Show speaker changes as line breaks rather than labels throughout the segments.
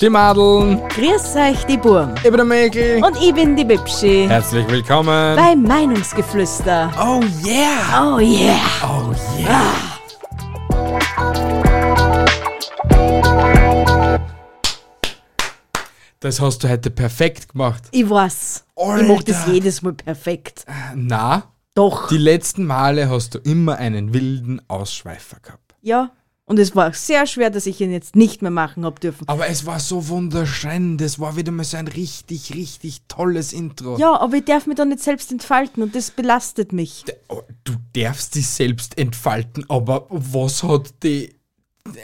die Madeln.
Grüß euch, die Burm.
Ich bin der Mäkel.
Und ich bin die Bibschi.
Herzlich willkommen.
Bei Meinungsgeflüster.
Oh yeah.
Oh yeah.
Oh yeah. Das hast du heute perfekt gemacht.
Ich weiß. Ich mache das
Alter.
jedes Mal perfekt.
Na,
Doch.
die letzten Male hast du immer einen wilden Ausschweifer gehabt.
Ja. Und es war auch sehr schwer, dass ich ihn jetzt nicht mehr machen habe dürfen.
Aber es war so wunderschön. Das war wieder mal so ein richtig, richtig tolles Intro.
Ja, aber ich darf mich da nicht selbst entfalten und das belastet mich.
D- oh, Du darfst dich selbst entfalten, aber was hat die. äh,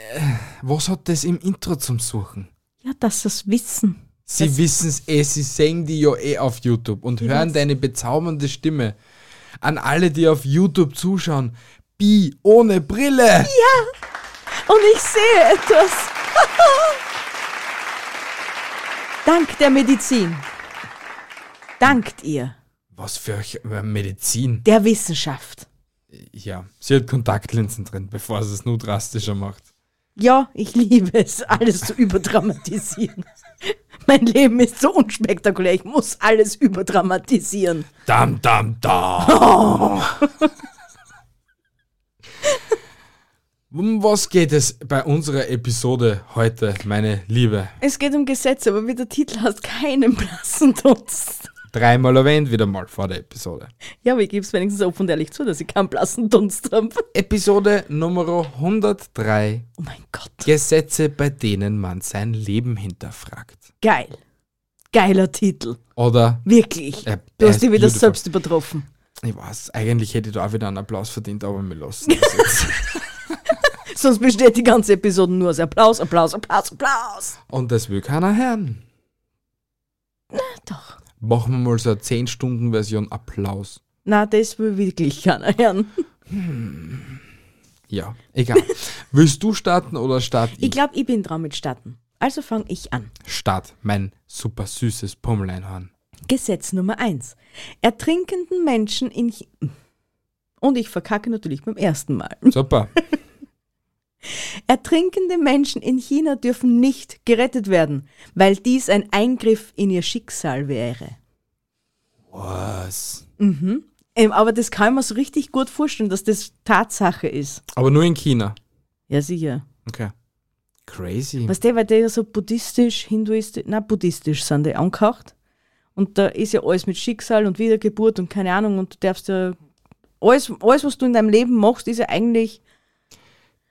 Was hat das im Intro zum Suchen?
Ja, dass sie es wissen.
Sie wissen es eh, sie sehen die ja eh auf YouTube und hören deine bezaubernde Stimme. An alle, die auf YouTube zuschauen, Bi ohne Brille!
Und ich sehe etwas. Dank der Medizin. Dankt ihr.
Was für euch äh, Medizin.
Der Wissenschaft.
Ja, sie hat Kontaktlinsen drin, bevor sie es nur drastischer macht.
Ja, ich liebe es, alles zu überdramatisieren. mein Leben ist so unspektakulär, ich muss alles überdramatisieren.
Dam, dam, dam. um was geht es bei unserer Episode heute, meine Liebe?
Es geht um Gesetze, aber wie der Titel hast, keinen blassen Dunst.
Dreimal erwähnt wieder mal vor der Episode.
Ja, aber ich gebe es wenigstens offen und ehrlich zu, dass ich keinen blassen Dunst habe.
Episode Nummer 103.
Oh mein Gott.
Gesetze, bei denen man sein Leben hinterfragt.
Geil. Geiler Titel.
Oder, äh,
Wirklich.
Ja,
du
er
hast
ist
dich wieder
beautiful.
selbst übertroffen.
ich weiß, eigentlich hätte ich da auch wieder einen Applaus verdient, aber wir lassen das jetzt.
Sonst besteht die ganze Episode nur aus Applaus, Applaus, Applaus, Applaus.
Und das will keiner hören.
Doch.
Machen wir mal so eine 10-Stunden-Version Applaus.
Na, das will wirklich keiner hören.
Ja, egal. Willst du starten oder start
Ich
ich?
glaube, ich bin dran mit Starten. Also fange ich an.
Start, mein super süßes Pummeleinhorn.
Gesetz Nummer 1. Ertrinkenden Menschen in... Chi- Und ich verkacke natürlich beim ersten Mal.
Super.
Ertrinkende Menschen in China dürfen nicht gerettet werden, weil dies ein Eingriff in ihr Schicksal wäre.
Was?
Ähm, aber das kann man so richtig gut vorstellen, dass das Tatsache ist.
Aber nur in China.
Ja, sicher.
Okay. Crazy.
Weißt du, weil die ja so buddhistisch, hinduistisch, na buddhistisch sind die angehaucht. Und da ist ja alles mit Schicksal und Wiedergeburt und keine Ahnung und du darfst ja, alles, alles was du in deinem Leben machst, ist ja eigentlich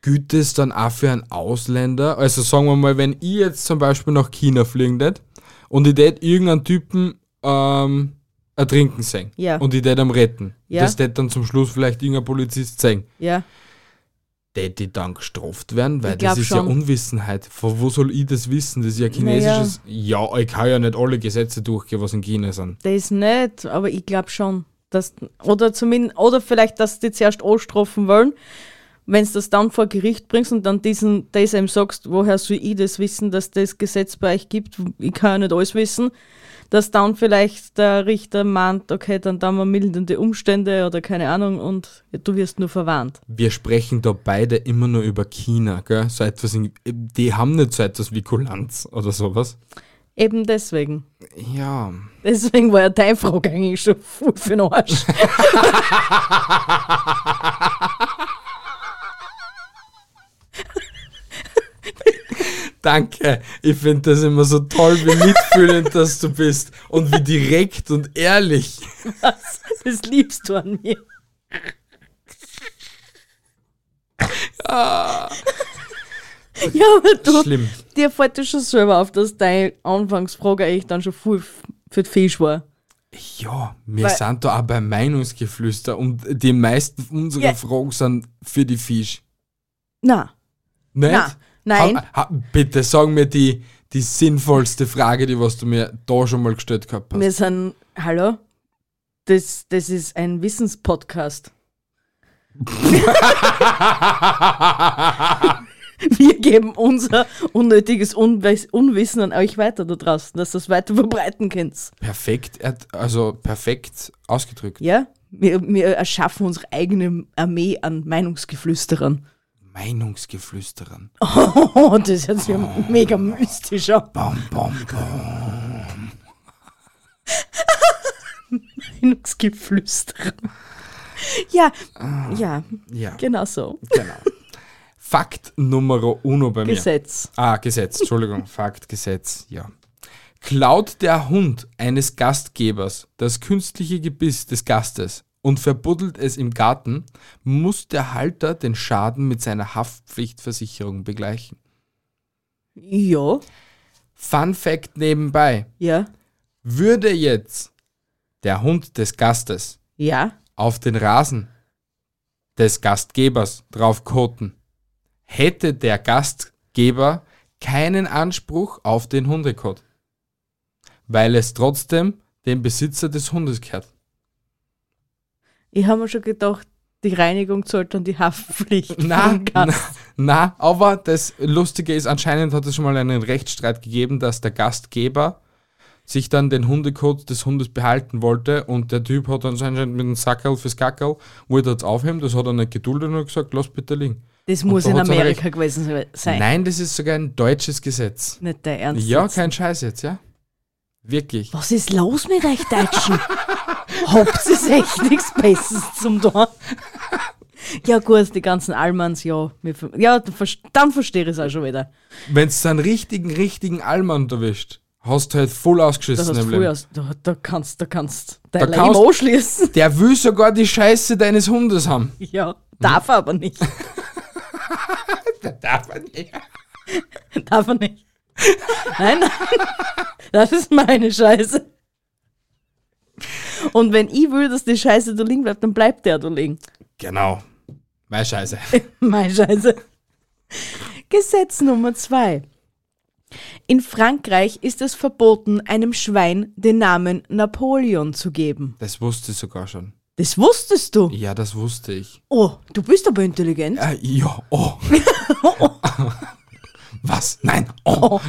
Gilt es dann auch für einen Ausländer? Also sagen wir mal, wenn ich jetzt zum Beispiel nach China fliegen tät und ich tät irgendeinen Typen ähm, ertrinken sehen
Ja.
und ich tät am retten.
Ja.
Das tät dann zum Schluss vielleicht irgendein Polizist sehen.
Ja,
Tät ich dann gestraft werden? Weil
Ich glaub
das ist
schon.
ja Unwissenheit. Von wo soll ich das wissen? Das ist ja chinesisches... Ja, ich kann ja nicht alle Gesetze durchgehen, was in China sind.
das nicht, aber ich glaube schon, dass, oder zumindest, oder vielleicht, dass die zuerst anstrafen wollen, wenn du das dann vor Gericht bringst und dann diesen, diesem sagst, woher soll ich das wissen, dass das Gesetz bei euch gibt, ich kann ja nicht alles wissen, dass dann vielleicht der Richter meint, okay, dann da mal mildernde Umstände oder keine Ahnung und du wirst nur verwarnt.
Wir sprechen da beide immer nur über China, gell? So etwas in, die haben nicht so etwas wie Kulanz oder sowas.
Eben deswegen.
Ja...
Deswegen war ja deine Frage eigentlich schon voll für den Arsch.
Danke. Ich finde das immer so toll, wie mitfühlend dass du bist und wie direkt und ehrlich.
Was? Das liebst du an mir. Ja, aber du,
Schlimm.
dir fällt dir schon selber auf, dass deine Anfangsfrage eigentlich dann schon voll f- für den Fisch war.
Ja, wir
Weil-
sind da auch bei Meinungsgeflüster und die meisten unserer
Ja.
Fragen sind für die Fisch.
Na,
Nicht?
Na, nein.
Ha, ha, bitte sag mir die, die sinnvollste Frage, die was du mir da schon mal gestellt gehabt hast.
wir sind, hallo, das, das ist ein Wissenspodcast. Wir geben unser unnötiges Unwes- Unwissen an euch weiter da draußen, dass ihr es weiter verbreiten könnt.
Perfekt, ert- also perfekt ausgedrückt.
Ja? Wir, wir erschaffen unsere eigene Armee an Meinungsgeflüsterern.
Meinungsgeflüsterern.
Oh, das hört sich ja mega mystisch an.
Bom, bom, bom.
Meinungsgeflüster. Ja,
Ah.
ja,
Ja,
genau so.
genau. Fakt Nummer uno bei mir.
Gesetz.
Ah, Gesetz, Entschuldigung, Fakt, Gesetz, ja. Klaut der Hund eines Gastgebers das künstliche Gebiss des Gastes und verbuddelt es im Garten, muss der Halter den Schaden mit seiner Haftpflichtversicherung begleichen.
Ja,
Fun Fact nebenbei:
ja,
Würde jetzt der Hund des Gastes
ja.
auf den Rasen des Gastgebers draufkoten, hätte der Gastgeber keinen Anspruch auf den Hundekot, weil es trotzdem dem Besitzer des Hundes gehört.
Ich habe mir schon gedacht, die Reinigung zahlt dann die Haftpflicht.
Na,
vom
na,
Gast.
na, aber das Lustige ist, anscheinend hat es schon mal einen Rechtsstreit gegeben, dass der Gastgeber sich dann den Hundekot des Hundes behalten wollte und der Typ hat dann anscheinend mit dem Sackerl fürs Kackerl, wollte das aufheben, das hat er nicht geduldet und hat gesagt, lass bitte liegen.
Das muss
da
in
hat's aber
Amerika gewesen sein.
Nein, das ist sogar ein deutsches Gesetz.
Nicht der Ernst.
Ja,
jetzt.
kein Scheiß jetzt, ja? Wirklich.
Was ist los mit euch Deutschen? Habt ihr echt nichts Besseres zum tun? Ja gut, die ganzen Almans, ja. wir ver- Ja, dann ver- dann verstehe ich es auch schon wieder.
Wenn du einen richtigen, richtigen Allmann erwischt, hast du halt voll
Das
ausgeschissen
hast du
im Leben.
früher, aus- da, da kannst du da kannst dein
Da
Leben
kannst-
anschließen.
Der will sogar die Scheiße deines Hundes haben.
Ja, darf
Mhm.
er aber nicht.
Darf man nicht.
Darf er nicht. Nein, nein. Das ist meine Scheiße. Und wenn ich will, dass die Scheiße da liegen bleibt, dann bleibt der da liegen.
Genau. Meine Scheiße.
Meine Scheiße. Gesetz Nummer zwei. In Frankreich ist es verboten, einem Schwein den Namen Napoleon zu geben.
Das wusste ich sogar schon.
Das wusstest du.
Ja, das wusste ich.
Oh, du bist aber intelligent.
Äh, ja, oh. Was? Nein, oh.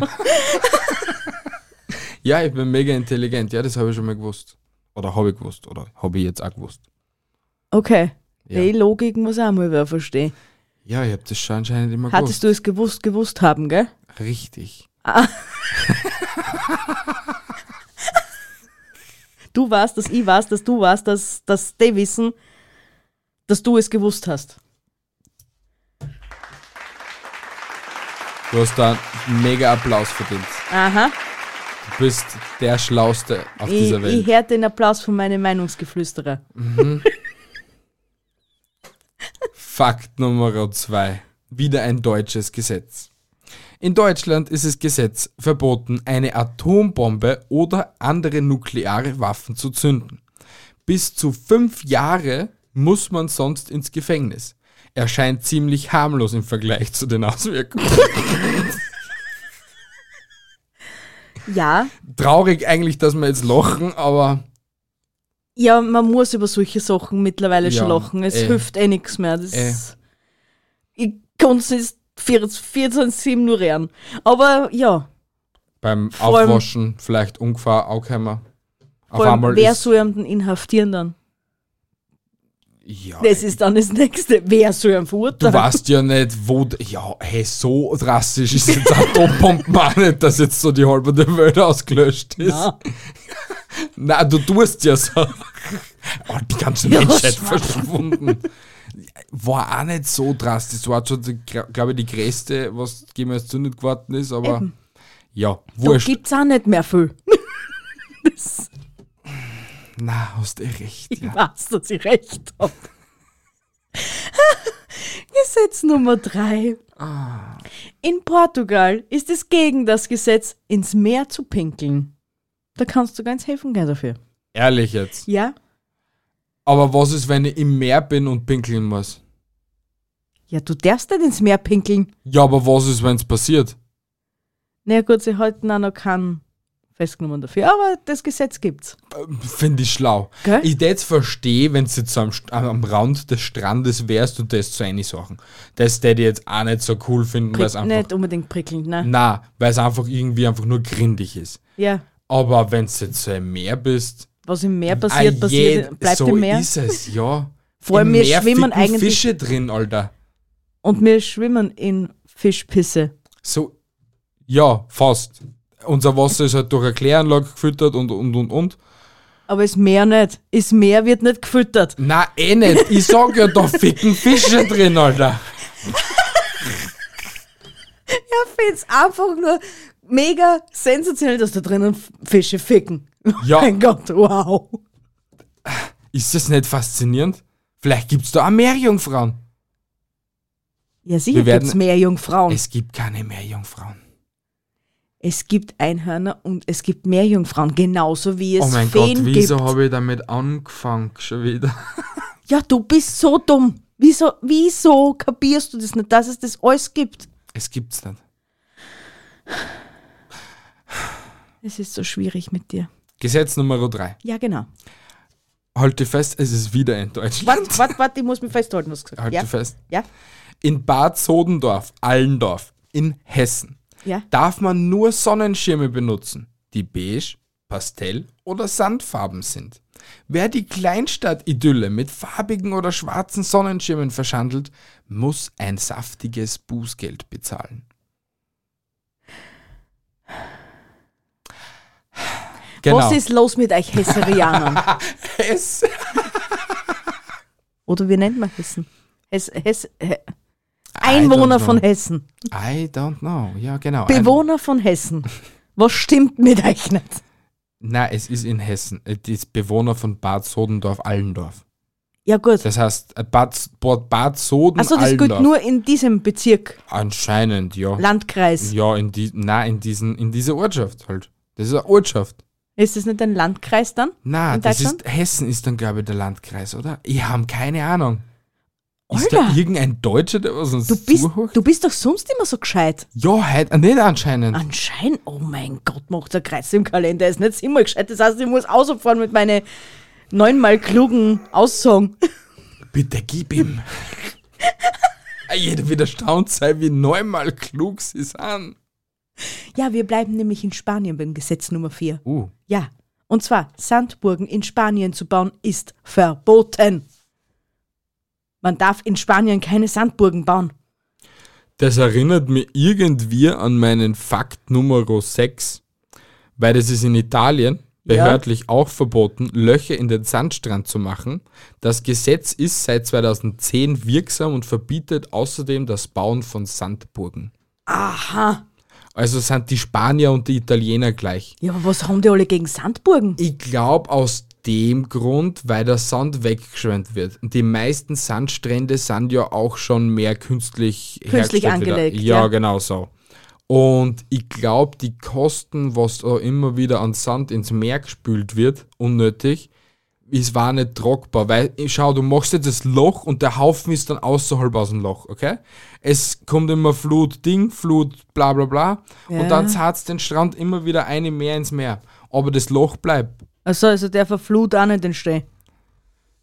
ja, ich bin mega intelligent. Ja, das habe ich schon mal gewusst. Oder habe ich gewusst. Oder habe ich jetzt auch gewusst.
Okay.
Ja.
Die Logik muss auch mal wer verstehen.
Ja, ich habe das schon anscheinend immer
Hattest du es gewusst, gewusst haben, gell?
gewusst. Richtig.
Du warst, dass ich warst, dass du warst, dass, dass die wissen, dass du es gewusst hast.
Du hast da einen mega Applaus verdient.
Aha.
Du bist der Schlauste auf
Ich,
dieser
ich
Welt.
hör den Applaus von meinen Meinungsgeflüsterer.
Fakt Nummer zwei. Wieder ein deutsches Gesetz. In Deutschland ist es Gesetz verboten, eine Atombombe oder andere nukleare Waffen zu zünden. Bis zu fünf Jahre muss man sonst ins Gefängnis. Erscheint ziemlich harmlos im Vergleich zu den Auswirkungen.
Ja,
Traurig eigentlich, dass wir jetzt lachen, aber
ja, man muss über solche Sachen mittlerweile schon
Ja,
lachen. Es
eh.
hilft eh nichts mehr. Das
Eh.
Ich kann es nicht 14-7 nur rehren. Aber ja,
beim
Vor allem-
Aufwaschen vielleicht ungefähr auch einmal. Auf
vor allem,
einmal
wer
ist,
soll ihn denn inhaftieren dann?
ja,
Das ist dann das Nächste. Wer soll ihn
Du
verurteilen?
weißt ja nicht, wo. d- Ja, hey, so drastisch ist jetzt Atombomben auch nicht, dass jetzt so die halbe der Welt ausgelöscht ist.
Ja.
Nein, du tust ja so. Oh, die ganze
Ja,
Menschheit
schau.
verschwunden. War auch nicht so drastisch. War schon, glaube ich, die größte, was jemals zündet geworden ist, aber ja,
Da
wurscht.
gibt es auch nicht mehr viel.
Na, hast eh recht.
Ich
Ja.
weiß, dass ich recht habe. Gesetz Nummer 3.
Ah.
In Portugal ist es gegen das Gesetz, ins Meer zu pinkeln. Da kannst du ganz helfen gehen dafür.
Ehrlich jetzt.
Ja?
Aber was ist, wenn ich im Meer bin und pinkeln muss?
Ja, du darfst nicht ins Meer pinkeln.
Ja, aber was ist, wenn es passiert?
Na ja, gut, sie halten auch noch keinen festgenommen dafür, aber das Gesetz gibt's.
Finde ich schlau.
Gell?
Ich jetzt verstehe, wenn du jetzt so am, St- am Rand des Strandes wärst und das so eine Sachen. Das hätte ich jetzt auch nicht so cool finden, weil es einfach.
Nicht unbedingt prickelnd, ne?
Na, weil es einfach irgendwie einfach nur grindig ist.
Ja,
Aber wenn du jetzt so im Meer bist,
was im Meer
ah,
passiert, passiert,
jed-
bleibt
so
im Meer.
ist es, ja.
Vor allem,
Im
wir
Meer
schwimmen
ficken
eigentlich-
Fische drin, Alter.
Und wir schwimmen in Fischpisse.
So, ja, fast. Unser Wasser ist halt durch eine Kläranlage gefüttert und, und, und, und.
Aber das Meer nicht. Das Meer wird nicht gefüttert.
Na eh nicht. Ich sag ja, da ficken Fische drin, Alter.
Ich finde es einfach nur mega sensationell, dass da drinnen Fische ficken.
Ja.
Mein Gott, wow.
Ist das nicht faszinierend? Vielleicht gibt's da auch mehr Jungfrauen.
Ja, sicher
Wir werden-
gibt es mehr Jungfrauen. Es,
Es gibt keine mehr Jungfrauen.
gibt Einhörner und es gibt mehr Jungfrauen, genauso wie es
oh mein
Feen
Gott,
gibt.
wieso habe ich damit angefangen schon wieder?
Ja, du bist so dumm. Wieso, wieso kapierst du das nicht, dass es das alles gibt?
Es gibt's nicht.
Es ist so schwierig mit dir.
Gesetz Nummer 3.
Ja, genau.
Halte fest, es ist wieder in Deutschland.
Warte, warte, warte, ich muss mich festhalten, was gesagt.
Halte
Ja,
fest.
ja,
In Bad Sodendorf, Allendorf, in Hessen,
ja.
darf man nur Sonnenschirme benutzen, die beige, pastell oder sandfarben sind. Wer die Kleinstadt-Idylle mit farbigen oder schwarzen Sonnenschirmen verschandelt, muss ein saftiges Bußgeld bezahlen. Genau.
Was ist los mit euch Hesserianern?
es?
Oder wie nennt man Hessen? Hess, Hess, He- Einwohner von
know.
Hessen.
I don't know. Ja, genau. Ein-
Bewohner von Hessen. Was stimmt mit euch nicht?
Nein, es ist in Hessen. Es ist Bewohner von Bad Sodendorf, Allendorf.
Ja, gut.
Das heißt, äh, Bad, Bad, Bad Soden,
Also das gilt
Allendorf.
nur in diesem Bezirk,
Anscheinend, ja.
Landkreis.
Ja, in die, na in diesen, in dieser Ortschaft halt. Das ist eine Ortschaft.
Ist das nicht ein Landkreis dann?
Na,
In
das ist
Deutschland?
Hessen ist dann glaube ich der Landkreis, oder? Ich habe keine Ahnung. Ist da
Alter,
irgendein Deutscher, der was uns
du bist,
zuhört?
du bist doch sonst immer so gescheit.
Ja, halt, nicht anscheinend.
Anscheinend, oh mein Gott, macht der Kreis im Kalender, ist nicht immer gescheit. Das heißt, ich muss ausfahren mit meinen neunmal klugen Aussagen.
Bitte gib ihm. Ah, Jeder wird erstaunt sein, wie neunmal klug sie sind.
Ja, wir bleiben nämlich in Spanien beim Gesetz Nummer 4.
Uh,
Ja, und zwar, Sandburgen in Spanien zu bauen ist verboten. Man darf in Spanien keine Sandburgen bauen.
Das erinnert mich irgendwie an meinen Fakt Nummer 6, weil das ist in Italien
Ja.
behördlich auch verboten, Löcher in den Sandstrand zu machen. Das Gesetz ist seit 2010 wirksam und verbietet außerdem das Bauen von Sandburgen.
Aha.
Also sind die Spanier und die Italiener gleich.
Ja, aber was haben die alle gegen Sandburgen?
Ich glaube aus dem Grund, weil der Sand weggeschwemmt wird. Und die meisten Sandstrände sind ja auch schon mehr künstlich
Künstlich
hergestellt wieder.
angelegt,
Ja,
ja.
genau so. Und ich glaube, die Kosten, was da immer wieder an Sand ins Meer gespült wird, unnötig, ist war nicht tragbar, weil schau, du machst jetzt das Loch und der Haufen ist dann außerhalb aus dem Loch, okay? Es kommt immer Flut, Ding, Flut, bla bla bla
Ja.
und dann zahlt den Strand immer wieder eine mehr ins Meer, aber das Loch bleibt.
Also, also der verflut auch nicht entstehen.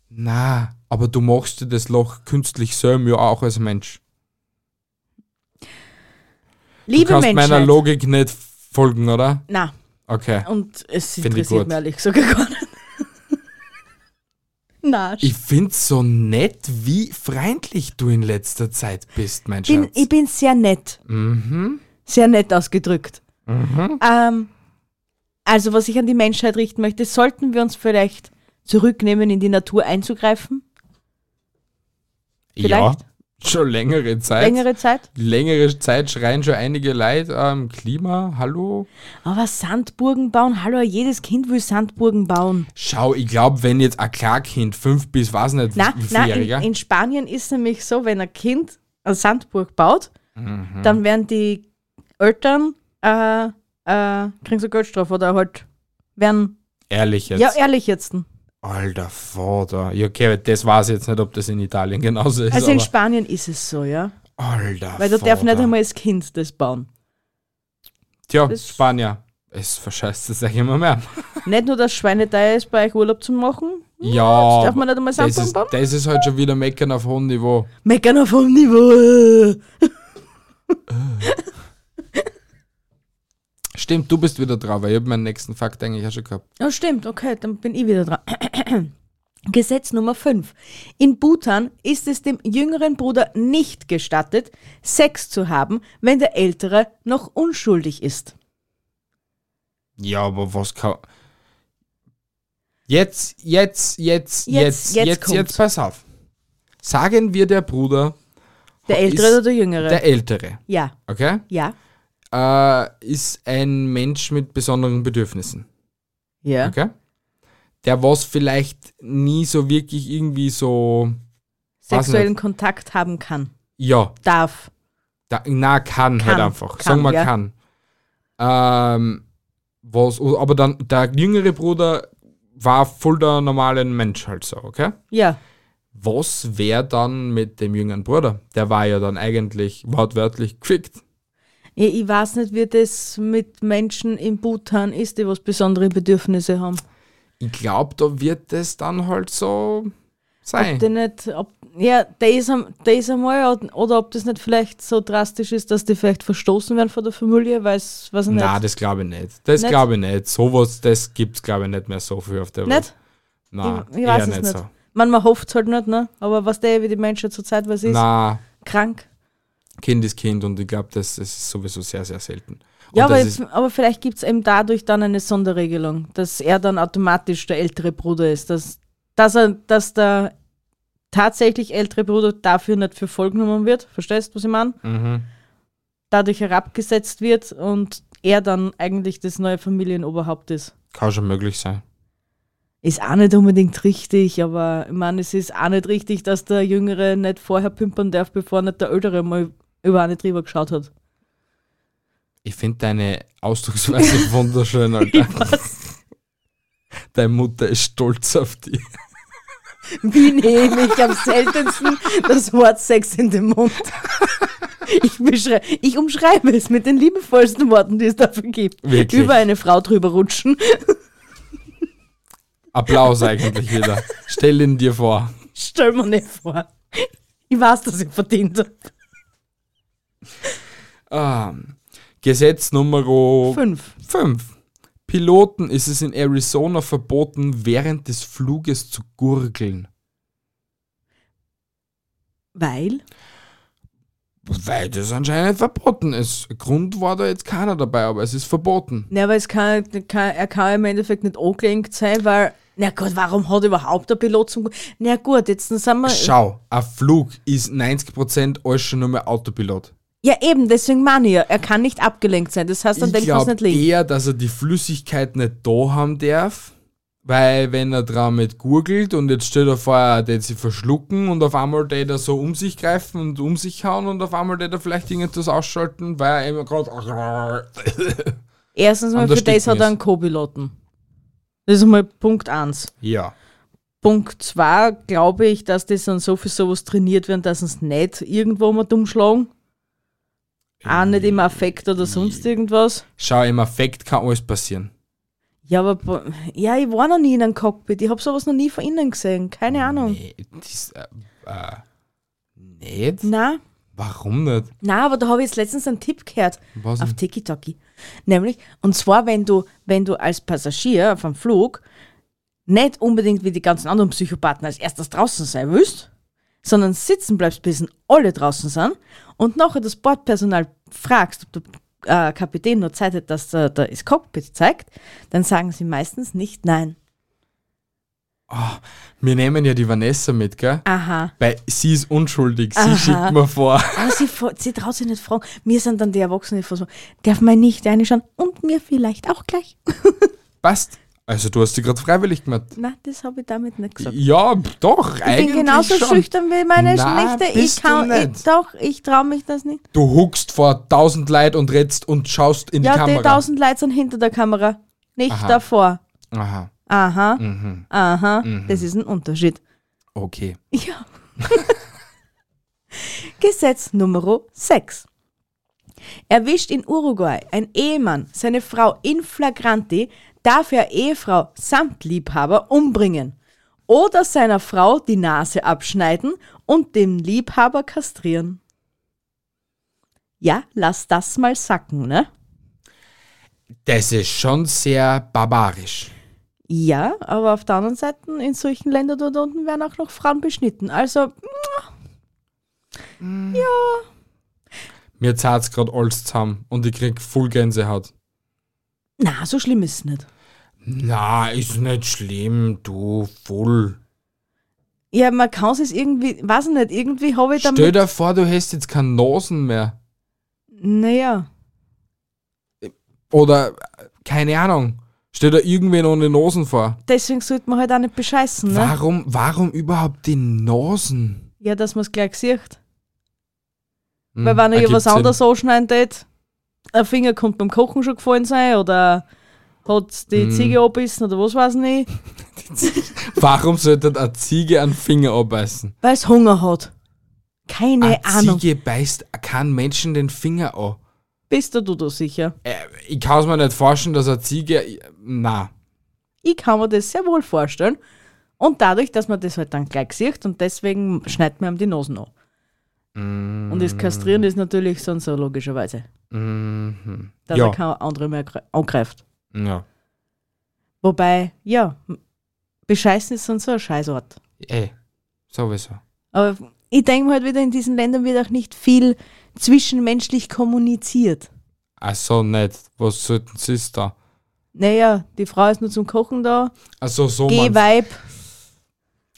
Na, aber du machst dir das Loch künstlich selber ja auch als Mensch. Du
Liebe
kannst meiner
Menschen.
Logik nicht folgen, oder?
Na,
Okay.
und es
Find ich
interessiert
gut.
mich ehrlich sogar gar nicht. Na,
Ich find's so nett, wie freundlich du in letzter Zeit bist, mein
bin,
Schatz. Mhm.
ich bin sehr nett. Sehr nett ausgedrückt. Ähm, also, was ich an die Menschheit richten möchte, sollten wir uns vielleicht zurücknehmen, in die Natur einzugreifen?
ja,
vielleicht?
schon längere Zeit.
Längere Zeit?
längere Zeit schreien schon einige Leute, ähm, Klima, hallo.
Aber Sandburgen bauen, hallo, jedes Kind will Sandburgen bauen.
Schau, ich glaube, wenn jetzt ein Klarkind, fünf bis, weiß nicht,
Na,
wie
na in,
vieljähriger,
in Spanien ist nämlich so, wenn ein Kind eine Sandburg baut,
Mhm.
dann werden die Eltern, äh, äh, kriegen so Geldstrafe oder halt werden,
ehrlich jetzt.
ja ehrlich jetzt.
Alter Vater. Ja, okay, das weiß ich jetzt nicht, ob das in Italien genauso ist.
Also in
aber,
Spanien ist es so, ja.
Alter
Weil da
Vater.
darf nicht einmal das Kind das bauen.
Tja,
das-
Spanier. Es verscheißt es euch immer mehr.
Nicht nur, dass Schweineteil ist, bei euch Urlaub zu machen.
Ja,
darf man nicht einmal
das
Sandburgen
ist,
bauen?
das ist halt schon wieder Meckern auf hohem Niveau.
Meckern auf hohem Niveau.
Stimmt, du bist wieder drauf, weil ich habe meinen nächsten Fakt eigentlich auch schon gehabt.
Ja, stimmt, okay, dann bin ich wieder dran. Gesetz Nummer 5. In Bhutan ist es dem jüngeren Bruder nicht gestattet, Sex zu haben, wenn der ältere noch unschuldig ist.
Ja, aber was kann. Jetzt, jetzt, jetzt, jetzt,
Jetzt-
jetzt,
jetzt
jetzt,
kommt's.
pass auf. Sagen wir, der Bruder,
Der ältere
ist
oder der jüngere?
der Ältere,
ja,
okay,
ja,
äh, ist ein Mensch mit besonderen Bedürfnissen,
ja.
okay? Der was vielleicht nie so wirklich irgendwie so, Weiß
Sexuellen Kontakt haben kann,
ja,
darf.
da, na kann,
Kann,
halt einfach,
kann,
sagen wir
ja.
kann. Ähm, was, aber dann der jüngere Bruder war voll der normale Mensch halt so, okay?
Ja,
Was wäre dann mit dem jüngeren Bruder? Der war ja dann eigentlich wortwörtlich gefickt.
Ja, Ich weiß nicht, wie das mit Menschen in Bhutan ist, die was besondere Bedürfnisse haben.
Ich glaube, da wird es dann halt so sein.
Die nicht, ob, ja, das, am- das einmal, od- oder ob das nicht vielleicht so drastisch ist, dass die vielleicht verstoßen werden von der Familie, weil es, was nicht.
Na, das glaube ich nicht. Das
Nicht?
glaube ich nicht. Sowas, das gibt es, glaube ich, nicht mehr so viel auf der Welt.
nicht?
Nein,
ich, ich
eher
weiß es
nicht,
nicht.
so.
Man, man hofft es halt nicht, ne? aber was der, wie die Menschen zurzeit was ist,
Na,
krank.
Kind ist Kind und ich glaube, das, das ist sowieso sehr, sehr selten. Und
Ja, aber,
das
jetzt, aber vielleicht gibt es eben dadurch dann eine Sonderregelung, dass er dann automatisch der ältere Bruder ist. Dass, dass, er, dass der tatsächlich ältere Bruder dafür nicht für voll genommen wird, verstehst du, was ich meine?
ist, mhm.
Dadurch herabgesetzt wird und er dann eigentlich das neue Familienoberhaupt ist.
kann schon möglich sein.
Ist auch nicht unbedingt richtig, aber ich meine, es ist auch nicht richtig, dass der Jüngere nicht vorher pimpern darf, bevor nicht der Ältere mal über eine drüber geschaut hat.
Ich finde deine Ausdrucksweise wunderschön, Alter. Deine Mutter ist stolz auf dich.
Wie nehme ich am seltensten das Wort Sex in den Mund? Ich, beschrei- ich umschreibe es mit den liebevollsten Worten, die es dafür gibt.
Wirklich?
Über eine Frau drüber rutschen.
Applaus eigentlich wieder. Stell ihn dir vor.
Stell mir nicht vor. Ich weiß, dass ich verdient habe.
Ähm, Gesetz Nummer
Fünf.
5. Piloten ist es in Arizona verboten, während des Fluges zu gurgeln.
Weil?
Weil das anscheinend verboten ist. Grund war da jetzt keiner dabei, aber es ist verboten.
Na, aber es kann, kann, er kann im Endeffekt nicht angelenkt sein, weil, na gut, warum hat überhaupt der Pilot zum... Na gut, jetzt sind wir...
Schau, ein Flug ist 90% alles schon nur mehr Autopilot.
ja eben, deswegen meine ich ja, er kann nicht abgelenkt sein. Das heißt, dann
ich
denkt man es nicht
glaube
liegen.
eher, dass er die Flüssigkeit nicht da haben darf, weil wenn er dran mit gurgelt und jetzt steht er vorher, der sie verschlucken und auf einmal der er so um sich greifen und um sich hauen und auf einmal der er vielleicht irgendetwas ausschalten, weil er immer gerade
Erstens mal,
An der
für das hat
Sticken
er
ist.
einen Co-Piloten. Das ist mal Punkt 1.
ja
Punkt 2, glaube ich, dass das dann so für sowas trainiert werden, dass uns nicht irgendwo mal umschlagen. Auch nicht im Affekt oder sonst irgendwas.
Schau, im Affekt kann alles passieren.
Ja, aber bo- ja, ich war noch nie in einem Cockpit. Ich habe sowas noch nie von innen gesehen. Keine Ahnung.
Nee, das, äh, äh, nicht?
Na,
Warum nicht?
na, aber da habe ich jetzt letztens einen Tipp gehört.
Was
auf
denn?
Tiki-Toki. Nämlich, und zwar, wenn du, wenn du als Passagier auf einem Flug nicht unbedingt wie die ganzen anderen Psychopathen als erstes draußen sein willst, sondern sitzen bleibst, bis denn alle draußen sind und nachher das Bordpersonal fragst, ob der äh, Kapitän nur Zeit hat, dass er da das Cockpit zeigt, dann sagen sie meistens nicht nein.
Wir nehmen ja die Vanessa mit, gell?
Aha.
Weil sie ist unschuldig, sie
Aha.
schickt mir vor.
Aber sie, fra- sie traut sich nicht fragen. Wir sind dann die Erwachsenen, die fragen, darf man nicht reinschauen und mir vielleicht auch gleich.
Passt. Also du hast dich gerade freiwillig gemacht.
Na, das habe ich damit nicht gesagt.
Ja, doch,
Ich
eigentlich
bin genauso
schon.
schüchtern wie meine
Nein,
Schlechte. Ich
bist
kann,
du
ich,
nicht.
doch, ich traue mich das nicht.
Du huckst vor tausend Leid und redst und schaust in
ja,
die Kamera.
die tausend Leute sind hinter der Kamera, nicht
Aha. Mhm.
davor.
Aha,
Aha, aha, das ist ein Unterschied.
okay.
Ja. Gesetz Nummer 6. Erwischt in Uruguay ein Ehemann seine Frau in flagranti, darf er Ehefrau samt Liebhaber umbringen oder seiner Frau die Nase abschneiden und den Liebhaber kastrieren. Ja, lass das mal sacken, ne?
Das ist schon sehr barbarisch.
Ja, aber auf der anderen Seite, in solchen Ländern dort unten werden auch noch Frauen beschnitten. Also,
Mir zahlt's gerade alles zusammen und ich krieg voll Gänsehaut.
na, so schlimm ist es nicht.
Na, ist nicht schlimm, du voll.
Ja, man kann es irgendwie, weiß ich nicht, irgendwie habe ich
Stell
damit.
dir vor, du hast jetzt keine Nasen mehr.
Naja,
Oder, äh, keine Ahnung. Stell dir irgendwen ohne Nasen vor.
deswegen sollte man halt auch nicht bescheißen, ne?
Warum, warum überhaupt die Nasen?
Ja, dass man es gleich sieht.
Hm,
Weil wenn ich
ergibt
was
Sinn.
anderes anschneiden tät, ein Finger kommt beim Kochen schon gefallen sein oder hat die
Mhm.
Ziege abbissen oder was weiß ich nicht,
Warum sollte eine Ziege einen Finger abbeißen?
weil es Hunger hat. Keine
eine
Ahnung.
Ziege beißt keinen Menschen den Finger an.
Bist du da sicher?
Äh, ich kann es mir nicht vorstellen, dass eine Ziege. Na,
Ich kann mir das sehr wohl vorstellen. Und dadurch, dass man das halt dann gleich sieht und deswegen schneidet man ihm die Nasen an. Und
Hm.
das Kastrieren ist natürlich sonst so logischerweise, dass
Ja.
er keine andere mehr gre- angreift.
ja.
Wobei, ja, bescheißen ist sonst so ein Scheißort.
Ey, sowieso.
Aber ich denke mal halt wieder, in diesen Ländern wird auch nicht viel zwischenmenschlich kommuniziert.
Ach so, nicht. Was sollten sie da?
Naja, die Frau ist nur zum Kochen da.
Ach so, so
geh,
meinst-
Weib,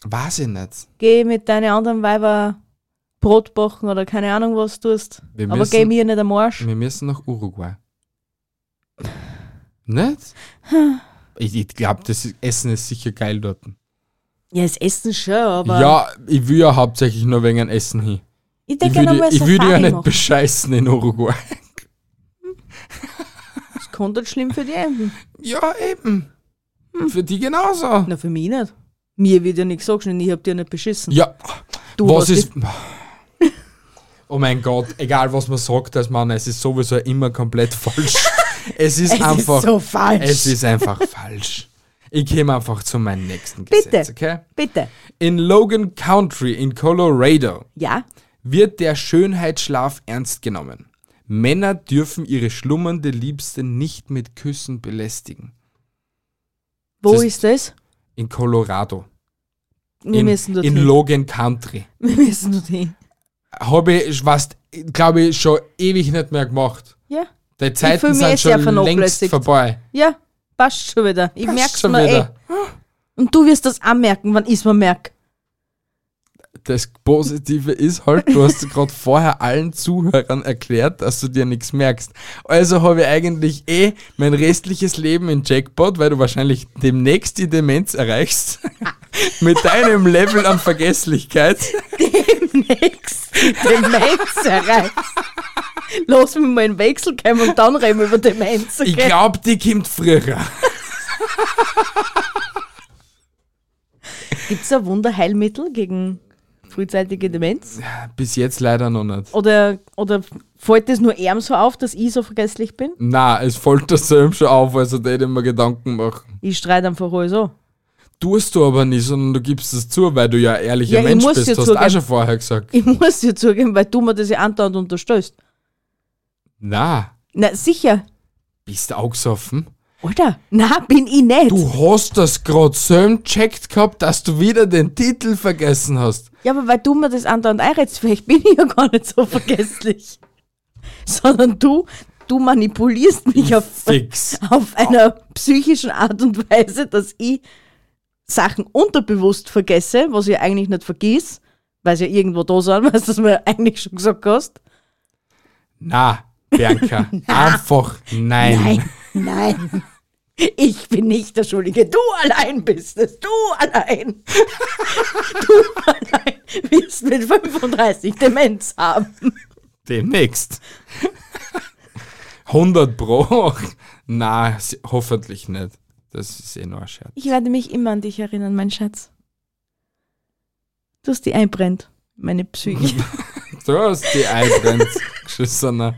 Weiß ich nicht.
geh mit deinen anderen Weiber Brot backen oder keine Ahnung, was du tust.
Wir
Aber
müssen-
geh mir nicht am Arsch.
Wir müssen nach Uruguay. nicht? Ich, ich glaube, das ist- Essen ist sicher geil dort.
Ja, das Essen schon, aber
ja, ich will ja hauptsächlich nur wegen dem Essen hin.
ich
Ich
denke ja
würde,
nochmal
ich würde ja
Safari
nicht
machen.
bescheißen in Uruguay.
Das kann nicht schlimm für die enden.
Ja, eben. Hm. Für die genauso.
Na, für mich nicht. Mir wird ja nichts gesagt, ich hab dir nicht beschissen.
Ja,
Du
was
hast
ist. Oh mein Gott, egal was man sagt als Mann, es ist sowieso immer komplett falsch. Es ist
Es
einfach.
ist so falsch.
es ist einfach falsch. Ich komme einfach zu meinem nächsten
Bitte.
Gesetz, okay?
Bitte.
In Logan Country in Colorado
Ja.
wird der Schönheitsschlaf ernst genommen. Männer dürfen ihre schlummernde Liebste nicht mit Küssen belästigen.
Wo
Das-
ist das?
In Colorado.
Wir
in,
müssen
in
dorthin.
Logan Country.
Wir müssen dorthin.
Habe ich, was, glaube ich, schon ewig nicht mehr gemacht.
Ja.
Die
fühl
Zeiten
mich eh
sind
sehr
schon längst
vernachlässigt.
vorbei.
Ja, passt schon wieder. Ich
Passt
merk's
schon
mir eh.
wieder.
Und du wirst das anmerken, wann ich's mir merk.
Das Positive ist halt, du hast gerade vorher allen Zuhörern erklärt, dass du dir nichts merkst. Also habe ich eigentlich eh mein restliches Leben in Jackpot, weil du wahrscheinlich demnächst die Demenz erreichst. Mit deinem Level an Vergesslichkeit.
Demnächst. Demenz erreicht. Lass mich mal in den Wechsel kommen und dann reden wir über Demenz.
Ich
Okay?
glaube, die kommt früher.
Gibt's ein Wunderheilmittel gegen frühzeitige Demenz?
Bis jetzt leider noch nicht.
Oder, oder fällt das nur ihm so auf, dass ich so vergesslich bin?
Na, es folgt das selbst schon auf, also da hätte ich mir Gedanken machen.
Ich streite einfach alles an.
Tust du aber nicht, sondern du gibst es zu, weil du ja ein ehrlicher
Ja, ich
Mensch
muss
bist.
ja
Hast du auch
zugeben.
schon vorher gesagt.
Ich muss dir zugeben, weil du mir das ja andauernd unterstellst.
Na,
Na, sicher.
bist du auch gesoffen?
Alter, na, bin ich nicht.
Du hast das gerade selber checkt gehabt, dass du wieder den Titel vergessen hast.
Ja, aber weil du mir das andauernd einrätst, vielleicht bin ich ja gar nicht so vergesslich. Sondern du, du manipulierst mich auf,
Hm, Fix.
auf einer psychischen Art und Weise, dass ich Sachen unterbewusst vergesse, was ich eigentlich nicht vergiss, weil sie ja irgendwo da sind, weißt du, das mir eigentlich schon gesagt hast.
Na, Bianca, einfach nein.
Nein, nein. Ich bin nicht der Schuldige. Du allein bist es. Du allein. Du allein wirst mit 35 Demenz haben.
Demnächst. 100 Pro. Na, s- hoffentlich nicht. Das ist eh nur ein Scherz.
Ich werde mich immer an dich erinnern, mein Schatz. Du hast die einbrennt, meine Psyche.
Du hast die einbrennt, geschissener.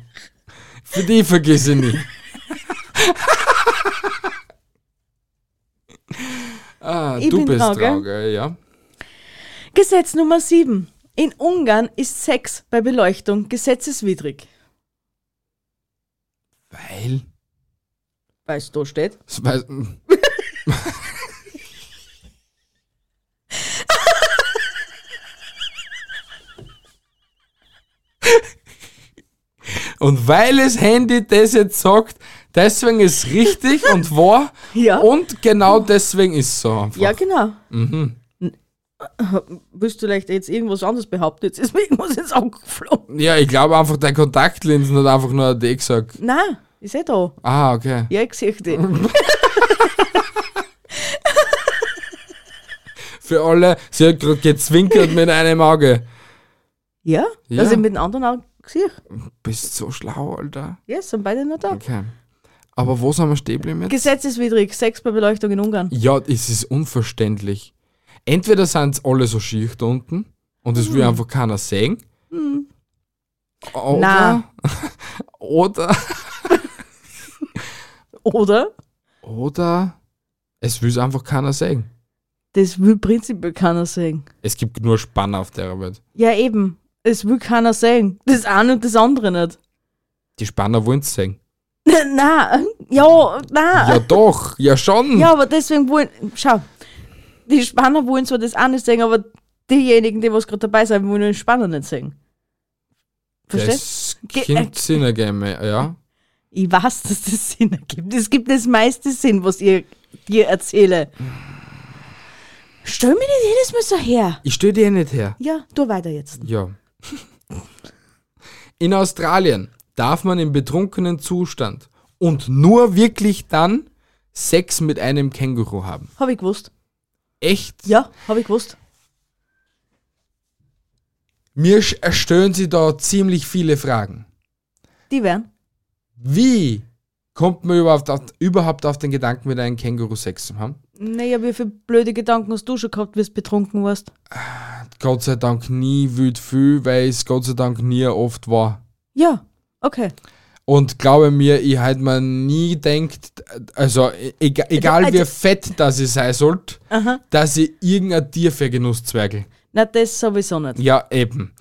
Für die vergiss ich nie. ah,
Ich
du
bin
bist
dran, gell?
dran, gell? ja.
Gesetz Nummer 7. In Ungarn ist Sex bei Beleuchtung gesetzeswidrig.
Weil.
Weißt du, da steht.
Das weiß- Und weil das Handy das jetzt sagt, deswegen ist richtig und wahr.
Ja.
Und genau deswegen ist es so einfach.
Ja, genau.
Mhm.
N- äh, Willst du vielleicht jetzt irgendwas anderes behaupten? Jetzt ist mir irgendwas ins Auge geflogen.
Ja, ich glaube einfach, dein Kontaktlinsen hat einfach nur ein D gesagt.
Nein, ist eh da.
Ah, okay.
Ja, ich sehe dich.
Für alle, sie hat gerade gezwinkert mit einem Auge.
Ja,
Ja.
dass ich Also mit den anderen Augen sehe.
Bist so schlau, Alter.
Ja, sind beide noch da.
Okay. Aber wo sind wir stehen geblieben jetzt?
Gesetzeswidrig, Sex bei Beleuchtung in Ungarn.
Ja, es ist unverständlich. Entweder sind alle so schier da unten und es will
Mhm.
einfach keiner sehen. Oder,
Nein.
oder,
Oder?
oder es will es einfach keiner sehen.
Das will prinzipiell keiner sehen.
Es gibt nur Spanner auf der Welt.
Ja, eben. Es will keiner sehen. Das eine und das andere nicht.
Die Spanner wollen es sehen.
nein, ja,
Ja
nein.
doch, ja schon.
Ah. Ja. aber deswegen wollen. Schau, die Spanner wollen zwar das eine sehen, aber diejenigen, die was gerade dabei sind, wollen den Spanner nicht sehen. Verstehst
Das
Ge- äh, Hm.
Kind Sinn ergeben, ja.
Ich weiß, dass das Sinn ergibt. Es gibt das meiste Sinn, was ich dir erzähle. Stell mir nicht jedes Mal so her.
Ich steh dir nicht her.
Ja, tu weiter jetzt.
Ja. In Australien darf man im betrunkenen Zustand und nur wirklich dann Sex mit einem Känguru haben.
Habe ich gewusst.
Echt?
Ja, habe ich gewusst.
Mir sch- stellen sie da ziemlich viele Fragen.
Die wären.
Wie kommt man überhaupt auf, überhaupt auf den Gedanken, mit einem Känguru Sex zu haben?
Naja, wie viele blöde Gedanken hast du schon gehabt, wie du betrunken warst?
Gott sei Dank nie wild viel, weil es Gott sei Dank nie oft war.
Ja, okay.
Und glaube mir, ich hätte mir nie denkt, also egal, egal wie
Also-
fett das ich sein sollte,
Aha.
dass ich irgendein Tier für Genusszwergel.
Na, das sowieso nicht.
Ja, eben.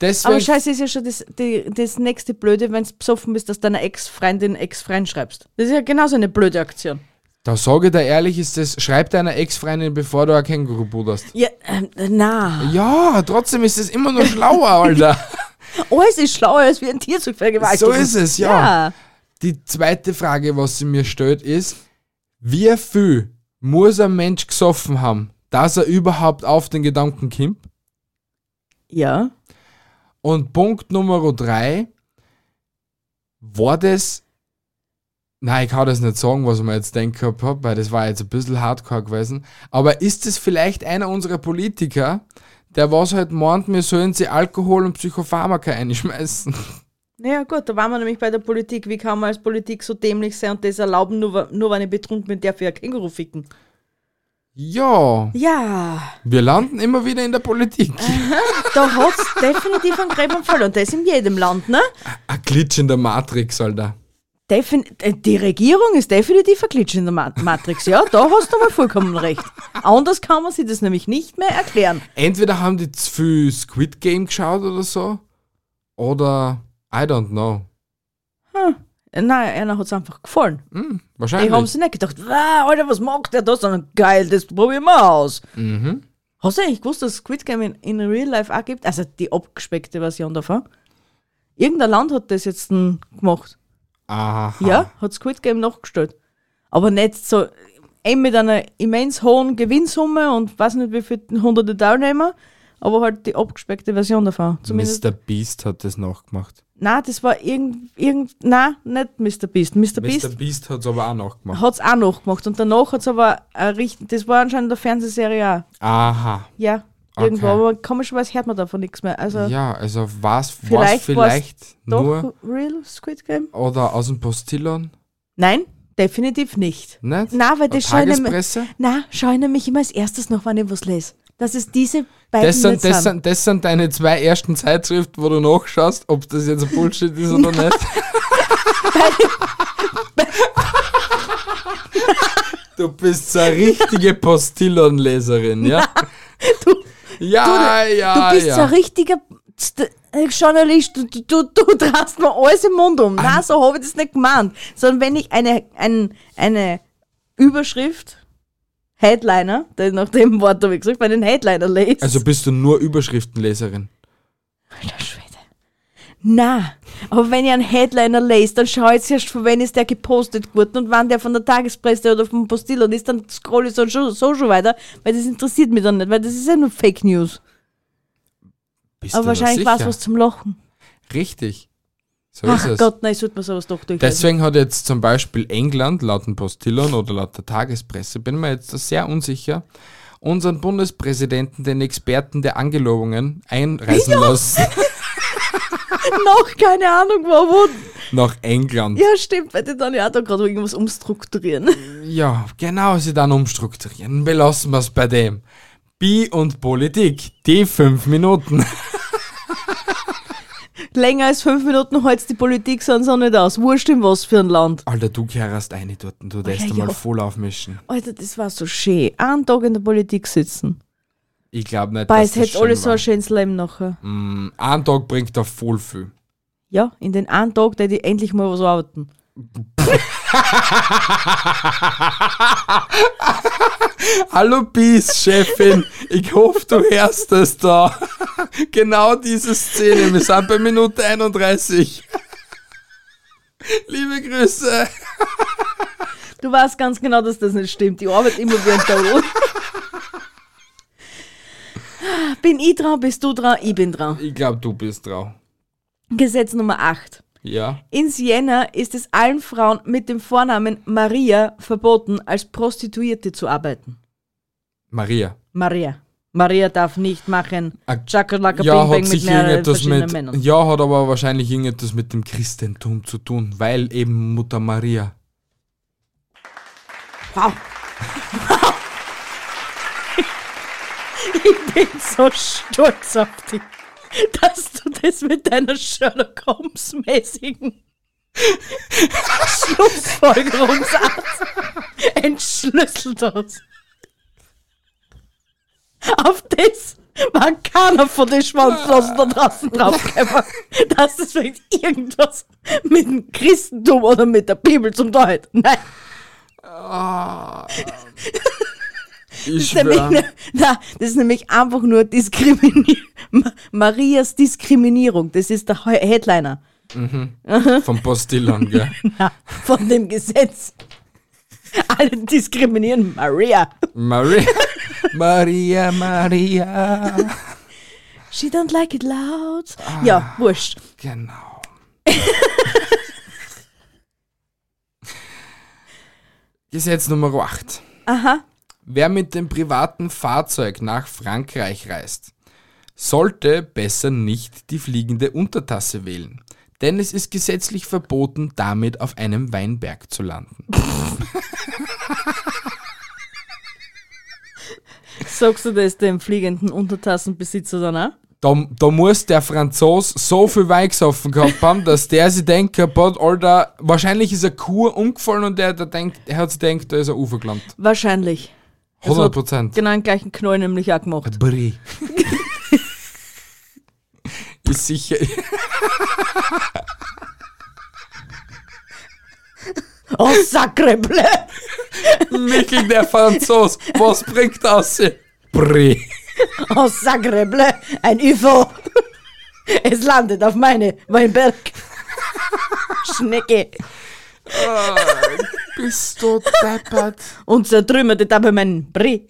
Deswegen,
Aber scheiße ist ja schon das, die, das nächste Blöde, wenn du besoffen bist, dass deiner Ex-Freundin Ex-Freund schreibst. Das ist ja genauso eine blöde Aktion.
da sage ich dir ehrlich, ist das, schreib deiner Ex-Freundin, bevor du ein Känguru puderst.
Ja, ähm, na.
Ja, trotzdem ist es immer nur schlauer, Alter.
Alles ist schlauer, als wie ein Tier zu vergewaltigen.
So ist es, ja. Die zweite Frage, was sie mir stellt, ist, wie viel muss ein Mensch gesoffen haben, dass er überhaupt auf den Gedanken kommt?
Ja.
Und Punkt Nummer drei war das. Nein, ich kann das nicht sagen, was ich mir jetzt denkt gehabt habe, weil das war jetzt ein bisschen hardcore gewesen. Aber ist es vielleicht einer unserer Politiker, der was halt meint, wir sollen sie Alkohol und Psychopharmaka einschmeißen?
Naja, gut, da waren wir nämlich bei der Politik. Wie kann man als Politik so dämlich sein und das erlauben, nur, wa- nur wenn ich betrunken bin, darf ich ein Känguru ficken?
Ja,
Ja,
wir landen immer wieder in der Politik.
da hat's definitiv einen Gräbenfall und das in jedem Land, ne?
Ein Glitch in der Matrix, Alter.
Defin äh, die Regierung ist definitiv ein Glitch in der Ma Matrix. Ja, da hast du mal vollkommen recht. Anders kann man sich das nämlich nicht mehr erklären.
Entweder haben die zu viel Squid Game geschaut oder so, oder I don't know.
Äh, Nein, einer hat es einfach gefallen.
Hm,
Die
wahrscheinlich.
haben sich nicht gedacht, wow, Alter, was mag der da, sondern geil, das probieren wir aus.
Mhm.
Hast du eigentlich gewusst, dass es Squid Game in, in Real Life auch gibt? Also die abgespeckte Version davon. Irgendein Land hat das jetzt hm, gemacht.
Aha.
Ja, hat Squid Game nachgestellt. Aber nicht so, eben mit einer immens hohen Gewinnsumme und weiß nicht wie viele hunderte Teilnehmer, aber halt die abgespeckte Version davon. Zumindest.
Mr. Beast hat das nachgemacht.
Nein, das war irgend, irgend, nein, nicht Mr. Beast. Mr. Beast
Mr. Beast hat es aber auch nachgemacht.
hat es auch nachgemacht und danach hat es aber ein richtig, das war anscheinend eine Fernsehserie auch.
Aha.
Ja,
Okay.
irgendwo, aber komischerweise hört man davon nichts mehr. Also
Ja, also war es vielleicht,
Vielleicht
vielleicht
doch
nur
Real Squid Game?
oder aus dem Postillon?
Nein, definitiv nicht.
Nicht?
Nein, weil das scheint nämlich-
Tagespresse?
Na, schau ich nämlich immer als erstes noch, wann ich was lese. Das ist diese beiden
Das sind,
nicht
das, sind, das sind deine zwei ersten Zeitschriften, wo du nachschaust, ob das jetzt ein Bullshit ist oder nicht. du bist so eine richtige Postillon-Leserin, ja? ja, ja,
Du bist
Ah, ja.
so ein richtiger St- äh, Journalist, du, du, du, du traust mir alles im Mund um. Nein, so habe ich das nicht gemeint. Sondern wenn ich eine, ein, eine Überschrift, Headliner, denn nach dem Wort habe ich gesagt, wenn ich einen Headliner lese.
also bist du nur Überschriftenleserin.
Alter Schwede. Na, aber wenn ich einen Headliner lese, dann schaue ich zuerst, von wem ist der gepostet worden und wann der von der Tagespresse oder vom Postillon ist, dann scroll ich so, so, so schon weiter, weil das interessiert mich dann nicht, weil das ist ja nur Fake News.
Bist
aber
du da
wahrscheinlich war es
sicher?
was zum Lachen.
Richtig. So
Ach
ist es.
Gott, nein, ich sollte mir sowas doch durchlesen.
Deswegen hat jetzt zum Beispiel England laut dem Postillon oder laut der Tagespresse, bin mir jetzt da sehr unsicher, unseren Bundespräsidenten, den Experten der Angelobungen, einreisen lassen
Noch keine Ahnung, war wo.
nach England. Ja.
Ja, stimmt, weil die dann ja auch da gerade irgendwas umstrukturieren.
genau, sie dann umstrukturieren. Belassen wir es bei dem. Bi und Politik, die fünf Minuten.
Länger als fünf Minuten halt's die Politik sonst auch nicht aus. Wurscht in was für ein Land.
Alter, du gehörst eine dort, und du darfst
ja,
einmal
Ah, ja.
voll aufmischen.
Alter, das war so schön. Einen Tag in der Politik sitzen.
Ich glaube nicht,
Weil
dass
es
das
hätte
schön
alles so
war.
ein schönes Leben nachher.
Mm, Ein Tag bringt da voll viel.
Ja, in den einen Tag, da ich endlich mal was arbeiten.
Hallo Peace, Chefin. Ich hoffe, du hörst es da. Genau diese Szene. Wir sind bei Minute 31. Liebe Grüße.
Du weißt ganz genau, dass das nicht stimmt. Ich arbeite immer wie ein Tod. Bin ich dran, bist du dran, ich bin dran.
Ich glaube, du bist drauf.
Gesetz Nummer 8.
Ja.
In Siena ist es allen Frauen mit dem Vornamen Maria verboten, als Prostituierte zu arbeiten.
Maria.
Maria. Maria darf nicht machen.
Ah,
Chakalaka
Ja,
Bing Bang
hat
mit
sich
mehreren
irgendetwas
verschiedenen
mit,
Männern.
ja, hat aber wahrscheinlich irgendetwas mit dem Christentum zu tun, weil eben Mutter Maria.
Wow. Ich bin so stolz auf dich, dass du das mit deiner Sherlock Holmes-mäßigen Schlussfolgerungsart entschlüsselt hast. Auf das war keiner von den Schwanzlosen da draußen draufgekommen, dass das vielleicht irgendwas mit dem Christentum oder mit der Bibel zum Teufel. Nein.
Ich
Ah. Das ist nämlich,
schwör.
na, das ist nämlich einfach nur Diskriminier Ma- Marias Diskriminierung. Das ist der He- Headliner
Vom Postillon, gell?
von dem Gesetz. Alle diskriminieren Maria.
Maria. Maria, Maria.
She don't like it loud. Ah. Ja, wurscht.
Genau. Gesetz Nummer 8.
Aha.
Wer mit dem privaten Fahrzeug nach Frankreich reist, sollte besser nicht die fliegende Untertasse wählen. Denn es ist gesetzlich verboten, damit auf einem Weinberg zu landen.
Sagst du das dem fliegenden Untertassenbesitzer dann auch?
Da, da muss der Franzos so viel Wein gesoffen gehabt haben, dass der sich denkt, kaputt, Alter, wahrscheinlich ist eine Kuh umgefallen und der, der, denkt, der hat sich gedacht, da ist er Ufer gelandet.
Wahrscheinlich. Es hat
100 Prozent.
Genau den gleichen Knoll nämlich auch gemacht.
Brie. ist sicher.
Oh, sacre bleu!
Michel, der Franzos. Was bringt das? Brie.
Oh, sacre bleu! Ein UFO! Es landet auf meine, mein Berg. Schnecke.
Bist du deppert?
und zertrümmerte dabei meinen Brie.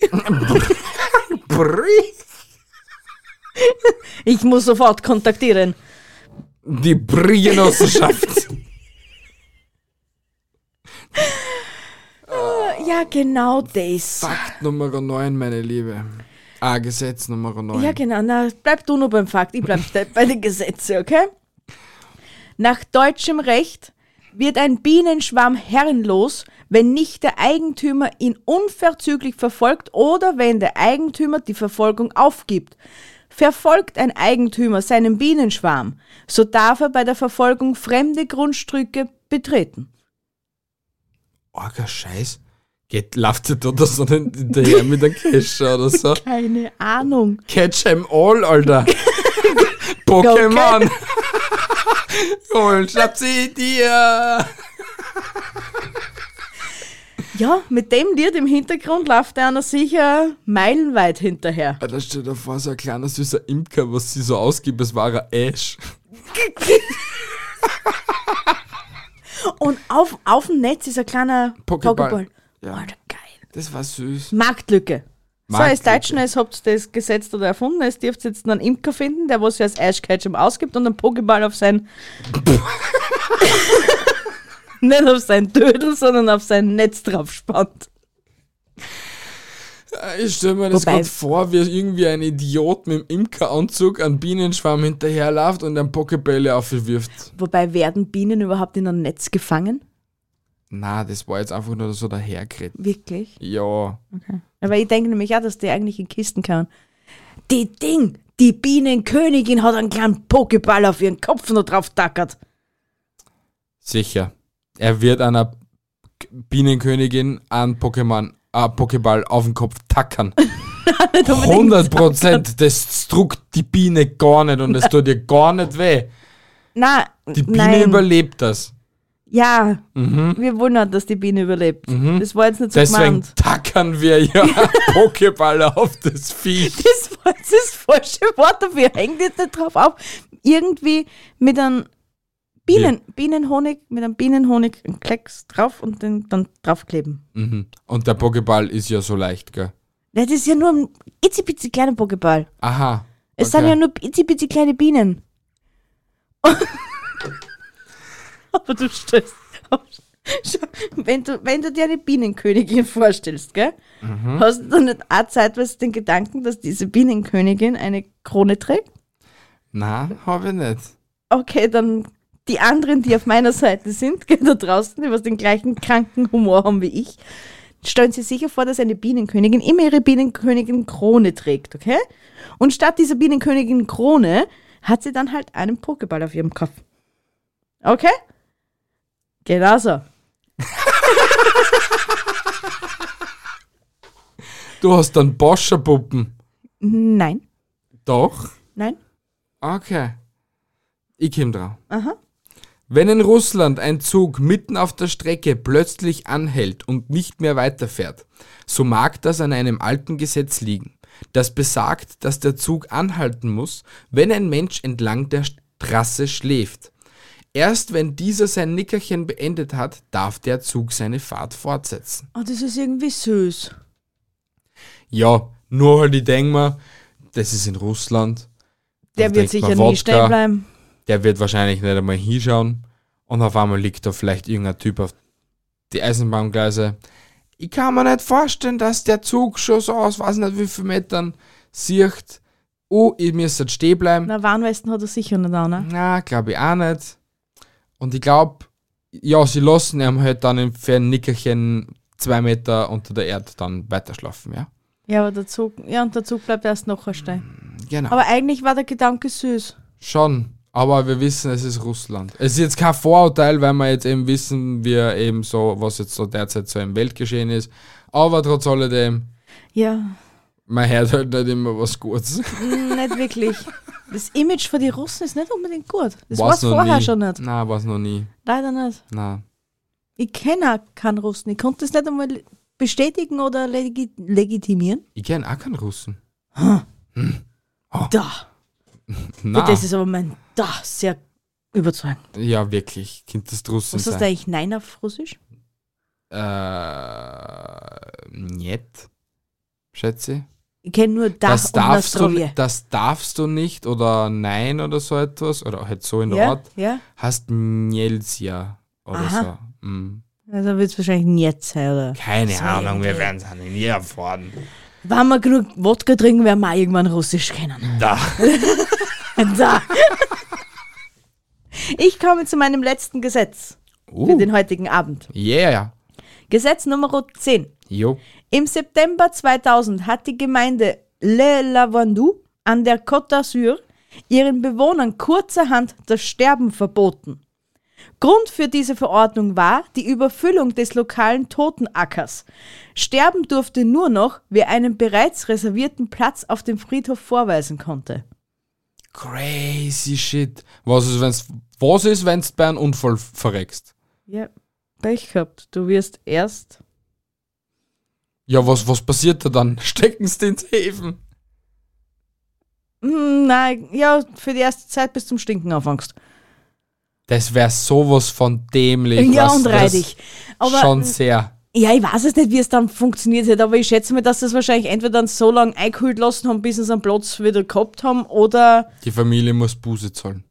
Brie?
Ich muss sofort kontaktieren.
Die Brie-Genossenschaft.
Ja, genau das.
Fakt Nummer 9, meine Liebe. Ah, Gesetz Nummer 9.
Ja, genau. Na, bleib du nur beim Fakt. Ich bleib st- bei den Gesetzen, okay? Nach deutschem Recht wird ein Bienenschwarm herrenlos, wenn nicht der Eigentümer ihn unverzüglich verfolgt oder wenn der Eigentümer die Verfolgung aufgibt. Verfolgt ein Eigentümer seinen Bienenschwarm, so darf er bei der Verfolgung fremde Grundstücke betreten.
Arger Scheiß. Geht, lauft ihr da das noch nicht hinterher mit einem Kescher oder so?
Keine Ahnung.
Catch 'em all, Alter. Pokémon. Hol, schnapp sie dir.
Ja, mit dem Lied im Hintergrund läuft einer sicher meilenweit hinterher.
Alter, stell dir vor, so ein kleiner süßer Imker, was sie so ausgibt, es war ein Ash.
Und auf, auf dem Netz ist ein kleiner
Pokéball.
Pokéball.
Ja.
Alter, geil.
Das war süß.
Marktlücke. So, als
Marktlücke.
Deutschen, als habt ihr das gesetzt oder erfunden, als dürft ihr jetzt einen Imker finden, der was ihr als Ash Ketchum ausgibt und einen Pokéball auf sein. Nicht auf sein Dödel, sondern auf sein Netz drauf spannt.
Ich stelle mir das
Wobei-
gerade vor, wie irgendwie ein Idiot mit dem Imkeranzug an Bienenschwarm hinterherläuft und dann Pokebälle auf ihn wirft.
Wobei, werden Bienen überhaupt in ein Netz gefangen?
Na, das war jetzt einfach nur so dahergeredet.
Wirklich?
Ja.
Aber ich denke nämlich auch, dass die eigentlich in Kisten kauen. Die Ding, die Bienenkönigin hat einen kleinen Pokéball auf ihren Kopf noch drauf tackert.
Sicher. Er wird einer K- Bienenkönigin an Pokémon, äh, Pokéball auf den Kopf tackern. 100% das druckt die Biene gar nicht und es tut ihr gar nicht weh.
Na,
Die Biene
nein.
überlebt das.
Ja, wir wollen halt, dass die Biene überlebt. Das war jetzt nicht so
Mhm. Deswegen
gemeint.
tackern wir ja Pokéball auf das Viech.
Das war jetzt das falsche Wort dafür. Hängt jetzt nicht drauf auf. Irgendwie mit einem Bienen, Bienenhonig, mit einem Bienenhonig einen Klecks drauf und den dann draufkleben.
Mhm. Und der Pokéball ist ja so leicht, gell?
Das ist ja nur ein itzipitzi kleiner Pokéball.
Aha.
Es
Okay.
sind ja nur itzipitzi kleine Bienen. aber du stellst. Schau, Wenn du, wenn du dir eine Bienenkönigin vorstellst, gell, hast du dann nicht auch zeitweise den Gedanken, dass diese Bienenkönigin eine Krone trägt?
Na, habe ich nicht.
Okay, dann die anderen, die auf meiner Seite sind, gell, da draußen, die was den gleichen kranken Humor haben wie ich, stellen sich sicher vor, dass eine Bienenkönigin immer ihre Bienenkönigin-Krone trägt, okay? Und statt dieser Bienenkönigin-Krone hat sie dann halt einen Pokéball auf ihrem Kopf. Okay? Genau so.
Du hast dann Boscherpuppen.
Nein,
Doch.
nein.
Okay. Ich komm drauf.
Aha.
Wenn in Russland ein Zug mitten auf der Strecke plötzlich anhält und nicht mehr weiterfährt, so mag das an einem alten Gesetz liegen, das besagt, dass der Zug anhalten muss, wenn ein Mensch entlang der Straße schläft. Erst wenn dieser sein Nickerchen beendet hat, darf der Zug seine Fahrt fortsetzen.
Oh, das ist irgendwie süß.
Ja, nur halt ich denk mir, das ist in Russland.
Der
Da
wird
denkt man,
sicher
Wodka.
nie stehen bleiben.
der wird wahrscheinlich nicht einmal hinschauen und auf einmal liegt da vielleicht irgendein Typ auf die Eisenbahngleise. Ich kann mir nicht vorstellen, dass der Zug schon so aus, weiß nicht wie viel Metern, sieht, oh, ich müsste jetzt stehen bleiben.
Na, Warnwesten hat er sicher nicht an, ne?
Na, glaube ich auch nicht. Und ich glaube, ja, sie lassen ihm halt dann im fernen Nickerchen zwei Meter unter der Erde dann weiterschlafen, ja.
Ja, aber der Zug, ja, und der Zug bleibt erst nachher stehen.
Genau.
Aber eigentlich war der Gedanke süß.
Schon, aber wir wissen, es ist Russland. Es ist jetzt kein Vorurteil, weil wir jetzt eben wissen, wir eben so, was jetzt so derzeit so im Weltgeschehen ist. Aber trotz alledem,
Ja, Mm,
man hört halt nicht immer was Gutes.
nicht wirklich. Das Image von den Russen ist nicht unbedingt gut. Das war
War's
es vorher
nie.
schon nicht.
Nein, war es noch nie.
Leider nicht.
Nein.
Ich kenne auch keinen Russen. Ich konnte das nicht einmal bestätigen oder legi legitimieren.
Ich kenne auch keinen Russen.
Da.
Nein.
Das ist aber mein Da sehr überzeugend.
ja, wirklich. Kind das Russen
Was ist
sein.
eigentlich Nein auf Russisch?
Äh, nicht. Schätze ich.
Ich kenne nur Da
Das
und
darfst, du,
Nostrovje.
das darfst du nicht oder nein oder so etwas oder halt so in der
Ja,
Art.
ja.
heißt Mielsia oder
Aha.
so. Mm.
Also wird es wahrscheinlich nicht sein, oder?
Keine
So
Ahnung, wir
irgendwie.
werden es nie erfahren.
Wenn wir genug Wodka trinken, werden wir auch irgendwann Russisch kennen.
Da.
Da. Ich komme zu meinem letzten Gesetz für
Uh,
den heutigen Abend.
yeah.
Gesetz Nummer 10.
Jo.
Im September 2000 hat die Gemeinde Le Lavandou an der Côte d'Azur ihren Bewohnern kurzerhand das Sterben verboten. Grund für diese Verordnung war die Überfüllung des lokalen Totenackers. Sterben durfte nur noch, wer einen bereits reservierten Platz auf dem Friedhof vorweisen konnte.
Crazy shit. Was ist, wenn's, was ist, wenn's bei einem Unfall verreckst?
Ja, Pech gehabt. Du wirst erst
Ja, was, was passiert da dann? Stecken sie ins Häfen.
Hm, nein, ja, für die erste Zeit bis zum Stinken anfängst.
Das wäre sowas von dämlich.
ja,
was
und
das-
reidig. Aber
schon sehr.
ja, ich weiß es nicht, wie es dann funktioniert hätte, aber ich schätze mal, dass das wahrscheinlich entweder dann so lange eingekühlt lassen haben, bis sie es am Platz wieder gehabt haben, oder
Die Familie muss Buße zahlen.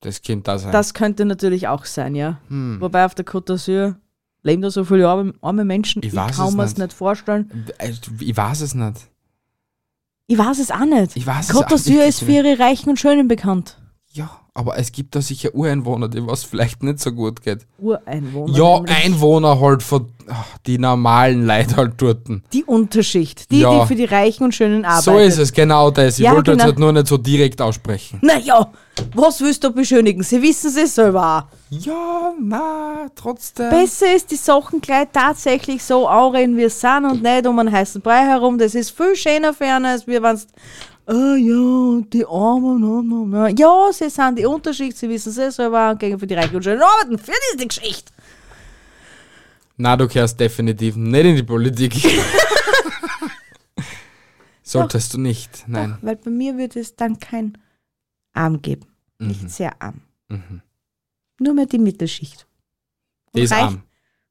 Das könnte da sein.
das könnte natürlich auch sein, ja.
Hm.
Wobei auf der Côte d'Azur leben da so viele arme, arme Menschen,
Ich
ich,
weiß es
kann mir es
nicht.
nicht vorstellen.
Äh, Ich weiß es nicht.
Ich weiß es auch nicht.
Ich weiß es
Côte
auch wirklich
d'Azur ist für
nicht.
ihre Reichen und Schönen bekannt.
Ja, aber es gibt da sicher Ureinwohner, denen was vielleicht nicht so gut geht.
Ureinwohner.
Ja,
nämlich.
Einwohner halt von ach, die normalen Leute halt dorten.
Die Unterschicht, die,
Ja.
die für die Reichen und Schönen arbeiten.
So ist es, genau das. Ich
Ja,
wollte
genau.
jetzt halt nur nicht so direkt aussprechen.
Naja, was willst du beschönigen? Sie wissen es selber auch.
Ja, na, trotzdem.
Besser ist, die Sachen gleich tatsächlich so anreden, wie es sind und nicht um einen heißen Brei herum. Das ist viel schöner für einen, als wir wenn's. Ah ja, die Armen, na, na, na. Ja, sie sind die Unterschicht, sie wissen es selber auch und gehen für die Reichen und Schönen arbeiten. Für diese Geschichte.
Na, du gehörst definitiv nicht in die Politik. Solltest du nicht, nein.
Doch, weil bei mir würde es dann kein Arm geben. Nicht sehr arm.
Mhm.
Nur mehr die Mittelschicht.
Die ist
reich-
arm.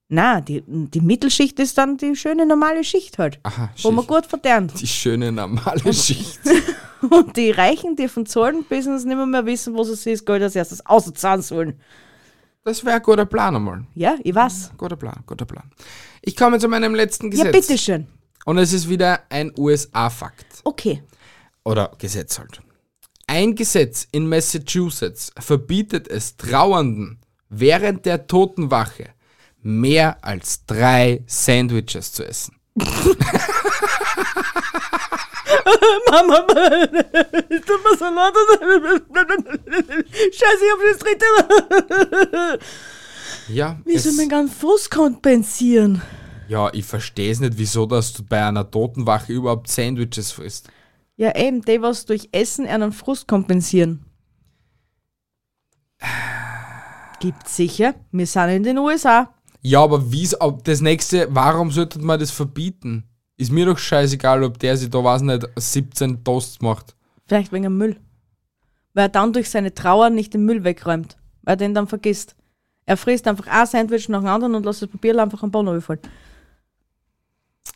Na, die, die Mittelschicht ist dann die schöne normale Schicht halt,
Aha,
wo man
Schicht.
gut verdient.
Die schöne normale Schicht.
Und die Reichen dürfen zahlen, bis sie nicht mehr, mehr wissen, wo sie sich das Geld als erstes auszahlen sollen.
Das wäre ein guter Plan einmal.
Ja, ich weiß.
Guter Plan, guter Plan. Ich komme zu meinem letzten Gesetz.
Ja, bitteschön.
Und es ist wieder ein USA-Fakt.
Okay.
Oder Gesetz halt. Ein Gesetz in Massachusetts verbietet es Trauernden während der Totenwache mehr als drei Sandwiches zu essen.
Mama, ich tut mir so leid. Scheiße, ich hab das dritte.
Ja,
Wie soll
es-
man ganz Fuß kompensieren?
ja ich verstehe es nicht, wieso dass du bei einer Totenwache überhaupt Sandwiches frisst.
Ja, eben, die, was durch Essen einen Frust kompensieren. Gibt's sicher. Wir sind in den USA.
Ja, aber wie's, ob das nächste, warum sollte man das verbieten? Ist mir doch scheißegal, ob der sich da, weiß nicht, 17 Toasts macht.
Vielleicht wegen dem Müll. Weil er dann durch seine Trauer nicht den Müll wegräumt. Weil er den dann vergisst. Er frisst einfach ein Sandwich nach dem anderen und lässt das Papier einfach am Boden fallen.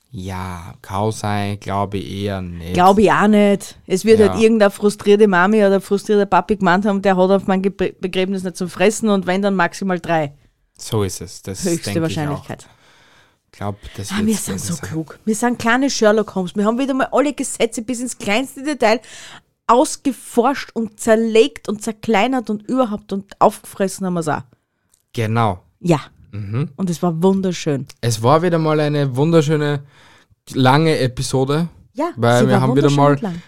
Ja, kann sein, glaube ich eher nicht.
Glaube ich auch nicht. Es wird
Ja.
halt irgendeine frustrierte Mami oder frustrierter Papi gemeint haben, der hat auf mein Gebr- Begräbnis nicht zum Fressen und wenn, dann maximal drei.
so ist es. Das
Höchste Wahrscheinlichkeit.
Ich glaube, das
Ah,
wird's
wir sind
gewesen
so
sein.
klug. Wir sind kleine Sherlock Holmes. Wir haben wieder mal alle Gesetze bis ins kleinste Detail ausgeforscht und zerlegt und zerkleinert und überhaupt und aufgefressen haben wir es auch.
Genau.
Ja.
Mhm.
Und es war wunderschön.
Es war wieder mal eine wunderschöne, lange Episode.
Ja,
Weil
sie
wir
war
haben wieder
wunderschön
mal-
und lang.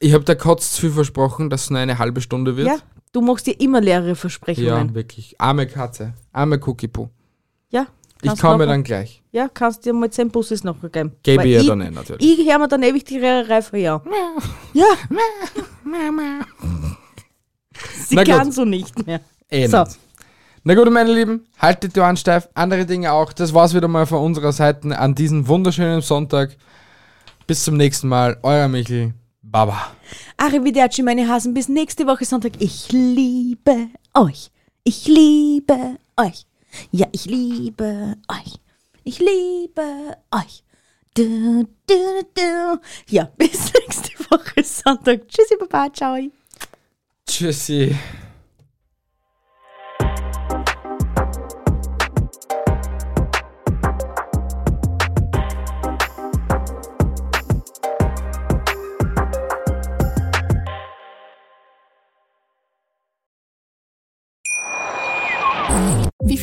Ich habe der Kotz zu viel versprochen, dass es nur eine halbe Stunde wird.
Ja, du machst dir immer leere
ja
Versprechungen.
wirklich. Arme Katze. Arme Cookie-Poo.
Ja.
Ich
kannst
komme
noch-
dann gleich.
Ja, kannst dir mal 10 Busses noch geben.
Gebe
Weil
ich ihr
ich
dann eh natürlich.
Ich höre mir dann ewig die Reife ja. Ja, sie
Na gut.
kann so nicht mehr.
Eh
so.
nicht. Na gut, meine Lieben, haltet die Ohren steif, andere Dinge auch. Das war's wieder mal von unserer Seite an diesem wunderschönen Sonntag. Bis zum nächsten Mal, euer Michel. Baba.
Arrivederci, meine Hasen. Bis nächste Woche Sonntag. Ich liebe euch. Ich liebe euch. Ja, ich liebe euch. Ich liebe euch. Du, du, du. Ja, bis nächste Woche Sonntag. Tschüssi, Baba. Ciao.
Tschüssi.
Wie